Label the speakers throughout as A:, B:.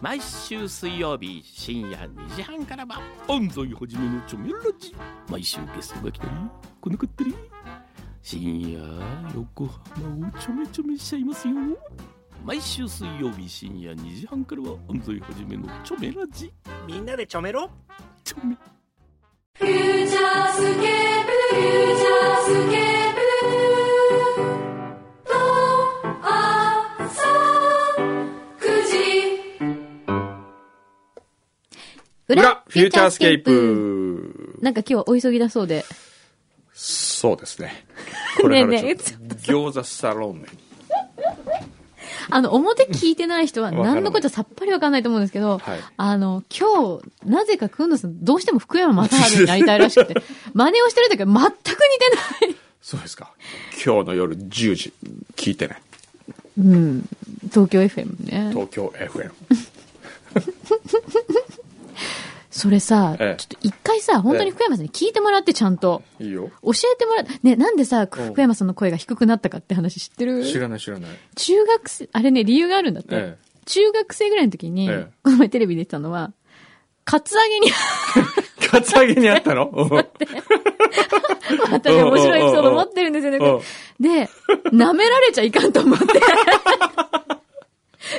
A: 毎週水曜日深夜2時半からは安西はじめのチョメラジ毎週ゲストが来たり来なかったり深夜横浜をちょめちょめしちゃいますよ毎週水曜日深夜2時半からは安西はじめのチョメラジ
B: みんなでちょめろ
A: チョメ
C: フューチャースケープ、フューチャースケープ、と、あ、さ、くじ、
D: 裏フューチャースケー
E: フューチャースケープ
D: プ
E: なんか今日はお急ぎだそうで。
D: そうですねこれからちょっと
E: ね
D: 餃子サロンに
E: あの、表聞いてない人は
D: わからない
E: 何のことさっぱりわかんないと思うんですけど、
D: はい
E: あの、今日、なぜかくんどうさん、どうしても福山雅治になりたいらしくて、真似をしてる時は全く似てない。
D: そうですか今日の夜10時聞いてね
E: うん。東京 FM ね。
D: 東京 FM
E: それさ、
D: ええ
E: ちょっと一回さ、本当に福山さんに聞いてもらって、ちゃんと。
D: いいよ
E: 教えてもらって、ね、なんでさ、
D: ん
E: 福山さんの声が低くなったかって話知ってる
D: 知らない知らない
E: 中学生、あれね、理由があるんだって。
D: え
E: 中学生ぐらいの時に、
D: ええ
E: この前テレビ出てたのは、カツアゲに
D: カツアゲにあっ たの
E: またね、面白いエピソード持ってるんですよね。
D: おうおうおう
E: これで、舐められちゃいかんと思って。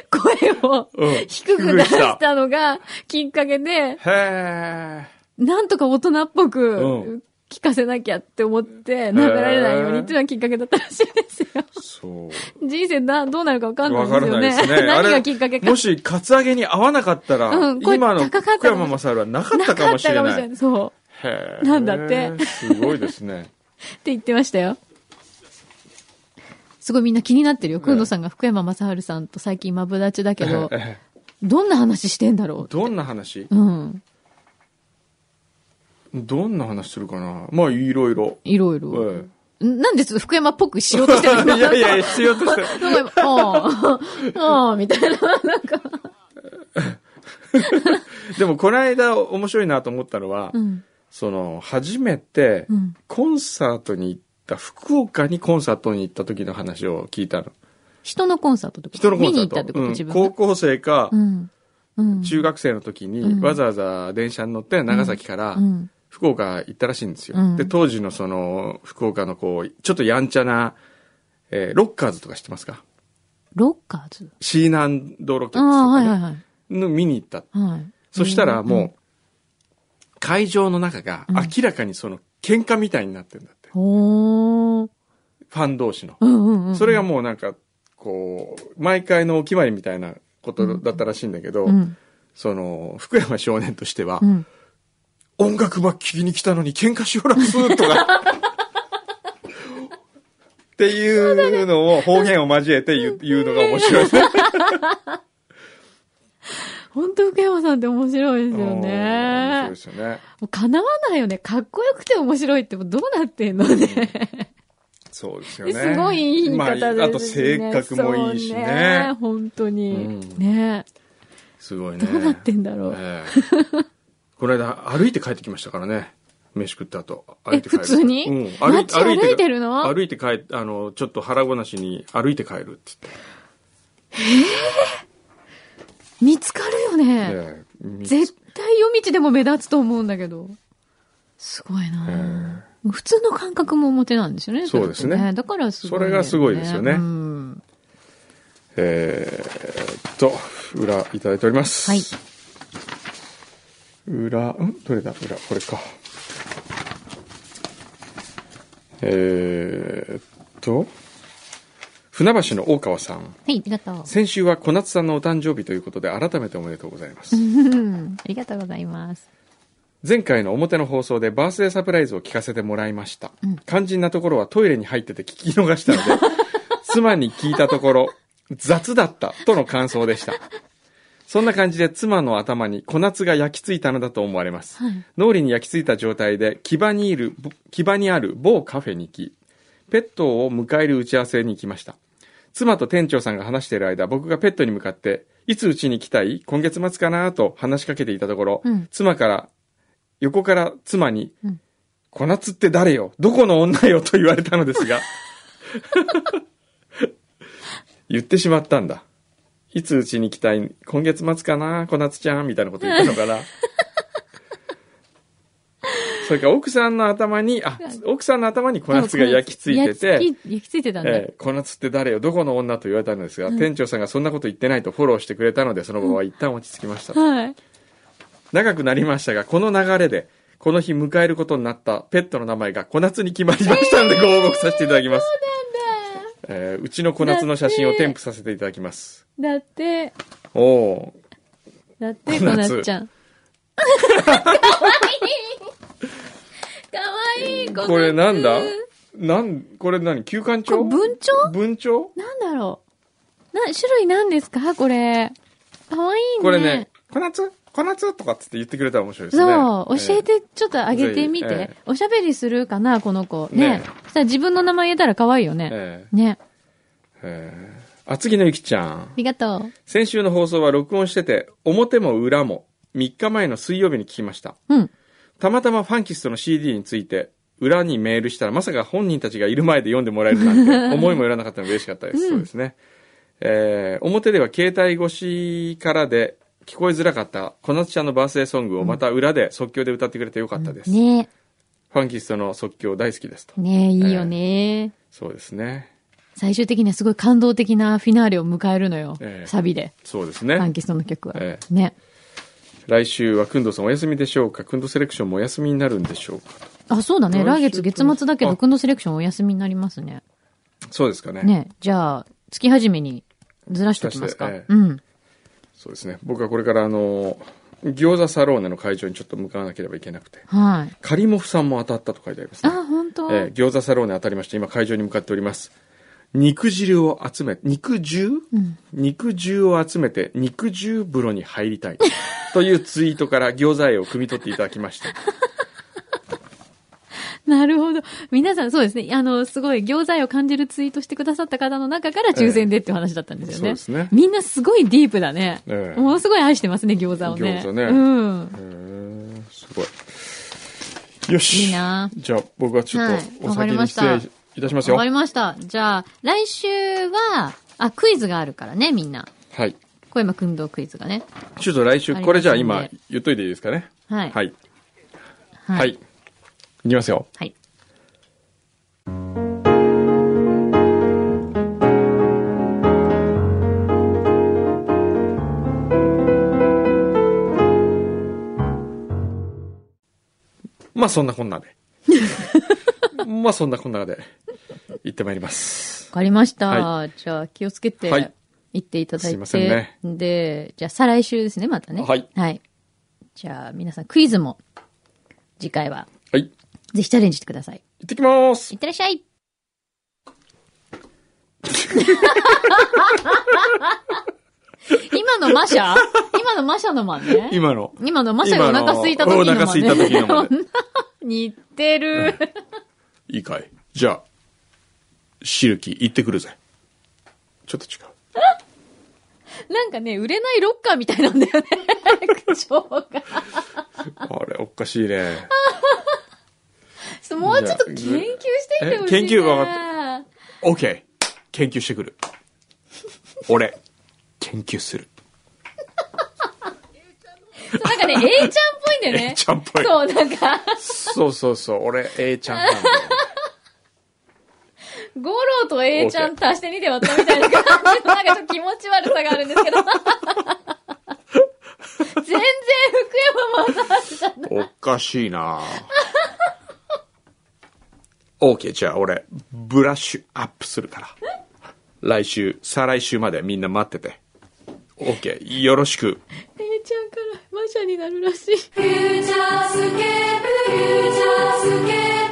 E: 声を
D: うん
E: 低く出したのがきっかけで、
D: へえ
E: なんとか大人っぽ
D: う
E: く聞かせなきゃって思って、舐められないようにっていうのがきっかけだったらしいですよ。
D: そう
E: 人生な、どうなるかわかんない
D: わ
E: で
D: か
E: す
D: ら
E: よ
D: ない
E: ね。
D: ですね。あれ
E: 何がきっかけか。
D: もし、カツアゲに合わなかったら、
E: うんこれ
D: 今の
E: 高かった
D: 福
E: かも
D: 山雅治はなかったかもしれ
E: な
D: な
E: かったか
D: い。
E: もしそう。
D: へー
E: なんだって
D: すごいですね。
E: って言ってましたよ。すごいみんな気になってるよ。くんどさんが福山雅治さんと最近マブダチだけど、どんな話してんだろ
D: どんな話
E: う。うん。
D: どんな話するかなまあ、いろいろ。
E: いろいろ。
D: え
E: なんでちょっと福山っぽくしようとしてる
D: え
E: の
D: いやいや、 必要として。
E: なんかああ、ああ、みたいな。
D: でも、この間面白いなと思ったのは、
E: うん。
D: その、初めて
E: うん、
D: コンサートに行った、福岡にコンサートに行った時の話を聞いたの。
E: 人のコンサートってこと
D: 人のコン
E: 見
D: サ
E: に
D: ー
E: 行ったって
D: ト。
E: こと、
D: うん
E: 自分が
D: 高校生か
E: う、ん。うん。
D: 中学生の時
E: う
D: に、
E: ん
D: わざわざ電車に乗って長崎から
E: う、ん。
D: 福岡行ったらしいんですよ。
E: うん
D: で、当時のその、福岡のこう、ちょっとやんちゃな、えーロッカーズとか知ってますか
E: ロッカーズ
D: シーナンドロケッツ
E: ああ、
D: とか、
E: は
D: ね
E: いはいはい。
D: の見に行った。
E: はい。
D: そしたらもう、
E: うん
D: 会場の中が
E: うん
D: 明らかにその、喧嘩みたいになってるんだって。
E: ほー。
D: ファン同士の。
E: うんうんうん。
D: それがもうなんか、こう、毎回のお決まりみたいなことだったらしいんだけど、
E: うん。
D: その、福山少年としては、
E: うん。
D: 音楽ば聴きに来たのに喧嘩しおらずとか。っていうのを方言を交えて言う言うのが面白いですね。
E: 本当福山さんって面白いですよ
D: 面白い
E: ね
D: で。すよね。
E: もう叶わないよね。かっこよくて面白いってもうどうなってんのね。
D: そうですよね。
E: すごいいい言い方ですね。
D: まあ、あと性格もいいしね。
E: そう本当に。
D: うん
E: ね
D: すごいね。
E: どうなってんだろう。
D: え えこの間歩いて帰ってきましたからね。飯食った後。歩いて帰る。
E: え普通に
D: うん、
E: 街歩いてるの
D: 歩いて帰、あの、ちょっと腹ごなしに歩いて帰るって
E: 見つかるよ
D: 言って
E: ね。
D: ええ見つ
E: 絶対夜道でも目立つと思うんだけど。すごいな、普通の感覚も表なんですよね。れって
D: そうですね
E: だからすごい、
D: それがすごいですよね
E: うん。
D: えーっと、裏いただいております。
E: はい。
D: 裏、んどれだ裏、これか。えーっと、船橋の大川さん。
E: はい、ありがとう。
D: 先週は小夏さんのお誕生日ということで改めておめでとうございます。
E: うんありがとうございます。
D: 前回の表の放送でバースデーサプライズを聞かせてもらいました、肝心なところはトイレに入ってて聞き逃したので妻に聞いたところ雑だったとの感想でしたそんな感じで妻の頭に小夏が焼き付いたのだと思われます、
E: はい
D: 脳裏に焼き付いた状態で牙にいる牙にある某カフェに行きペットを迎える打ち合わせに行きました妻と店長さんが話している間、僕がペットに向かって、いつうちに来たい今月末かなと話しかけていたところ、
E: うん
D: 妻から、横から妻に、
E: うん
D: 小夏って誰よどこの女よと言われたのですが、言ってしまったんだ。いつうちに来たい今月末かな小夏ちゃんみたいなこと言ったのか なそれから奥さんの頭にあ奥さんの頭に小夏が焼き付いてて
E: 焼き焼き付いてたんだ。
D: ええ、このつって誰よ、どこの女と言われたのですが、店長さんがそんなこと言ってないとフォローしてくれたので、その後は一旦落ち着きました。
E: はい。
D: 長くなりましたが、この流れで、この日迎えることになったペットの名前が小夏に決まりましたんで、ご報告させていただきます。うえーうちの小夏の写真を添付させていただきます。
E: だって、
D: おおー
E: だって、
D: 小
E: こな
D: 夏
E: っちゃ ん。かわいいかわいい、
D: これなんだ
E: こ
D: なん、これ何休館
E: れ
D: 長
E: 文鳥
D: 文鳥
E: なんだろう。な、種類なんですかこれ。かわいいね。
D: これね、小夏小夏とかっつって言ってくれたら面白いですね。
E: そう、教え
D: え
E: て、ちょっとあげてみ
D: ぜひえ
E: て。おしゃべりするかな、この子。ね
D: ね。
E: そしたら自分の名前言えたら可愛いよね。
D: え
E: ね。あ
D: ええー厚木のゆきちゃん。
E: りがとう。
D: 先週の放送は録音してて、表も裏も3日前の水曜日に聞きました。
E: うん。
D: たまたまファンキストの CD について、裏にメールしたらまさか本人たちがいる前で読んでもらえるなんて思いもよらなかったので嬉しかったです。そうですね。えー、表では携帯越しからで聞こえづらかった小夏ちゃんのバースデーソングをまた裏で即興で歌ってくれてよかったです。
E: ね
D: ファンキストの即興大好きですと。
E: ねいいよね。
D: そうですね。
E: 最終的にはすごい感動的なフィナーレを迎えるのよ
D: え。え
E: サビで。
D: そうです
E: ファン
D: ね。
E: キストの曲は
D: え。
E: ね。
D: 来週はくんどさんお休みでしょうかくんどセレクションもお休みになるんでしょうか
E: あ、そうだね。来
D: 来週
E: 月月末だけ
D: あ
E: ど、くんどセレクションお休みになりますね。
D: そうですかね。
E: ね。じゃあ、月始めにずらしておきますか
D: ずらし。て
E: うん。
D: そうですね。僕はこれからあの、餃子サローネの会場にちょっと向かわなければいけなくて。
E: はい。
D: カリモフさんも当たったと書いてあります、ね。
E: あ、本当。
D: えー餃子サローネ当たりまして、今会場に向かっております。肉汁を集め、肉汁、肉汁を集めて肉汁風呂に入り たい。というツイートから餃子絵を汲み取っていただきました。
E: なるほど。皆さん、そうですね。あの、すごい、餃子愛を感じるツイートしてくださった方の中から抽選でっていう話だったんですよね。
D: ええそうですね
E: みんなすごいディープだね。
D: ええ
E: ものすごい愛してますね、餃子をね。
D: 餃子ね
E: うん。
D: へーすごい。よし。
E: いいな
D: じゃあ僕はちょっ
E: はい
D: とお
E: わか
D: 先
E: り
D: に
E: まし
D: 失礼
E: た
D: いたしますよ。
E: わかりました。じゃあ、来週は、あ、クイズがあるからね、みんな。
D: はい。
E: 小山くんどうクイズがね。
D: ちょっと来週、
E: ありがとう
D: これじゃあ今
E: ね
D: 言っといていいですかね。
E: はい。。
D: はいい。はい。い、きますよ。
E: はい。
D: まあそんなこんな で。まあそんなこんなで行ってまいります。
E: わかりました。
D: は
E: じゃあ、気をつけて、
D: はい
E: 行っていただいて。
D: すいませんね
E: で、じゃあ、再来週ですね、またね。
D: はい
E: じゃあ、皆さん、クイズも、次回は、
D: はい。行
E: ぜひチャレンジしてください。
D: ってきます
E: いってらっしゃい今のマシャ今のマシャのマンね。
D: 今の。
E: 今のマシャがお腹空いた時のマンね。
D: 今のお腹空いた時 のマンね
E: 似てる。
D: いいかい。じゃあ、シルキー行ってくるぜ。ちょっと違う。
E: なんかね、売れないロッカーみたいなんだよね。 口調が。
D: あれ、おかしいね。
E: もうちょっと研究していってほしいな。
D: え研究が分
E: かっ
D: OK。研究してくる。俺、研究する。
E: た。なんかね、A ちゃんっぽいんだよね。
D: A ちゃんっぽい
E: そう、なんか、
D: そうそうそう。俺、A ちゃんなんだよ。
E: ゴロと A ちゃん足して2で割ったみたいな感じの、なんかちょっと気持ち悪さがあるんですけ ど。全然福山雅治じゃない。
D: おかしいな OK じゃあ俺ブラッシュアップするから来週再来週までみんな待ってて OK よろしく
E: A ちゃんからマシャになるらしい。
C: フューチャースケープフューチャースケー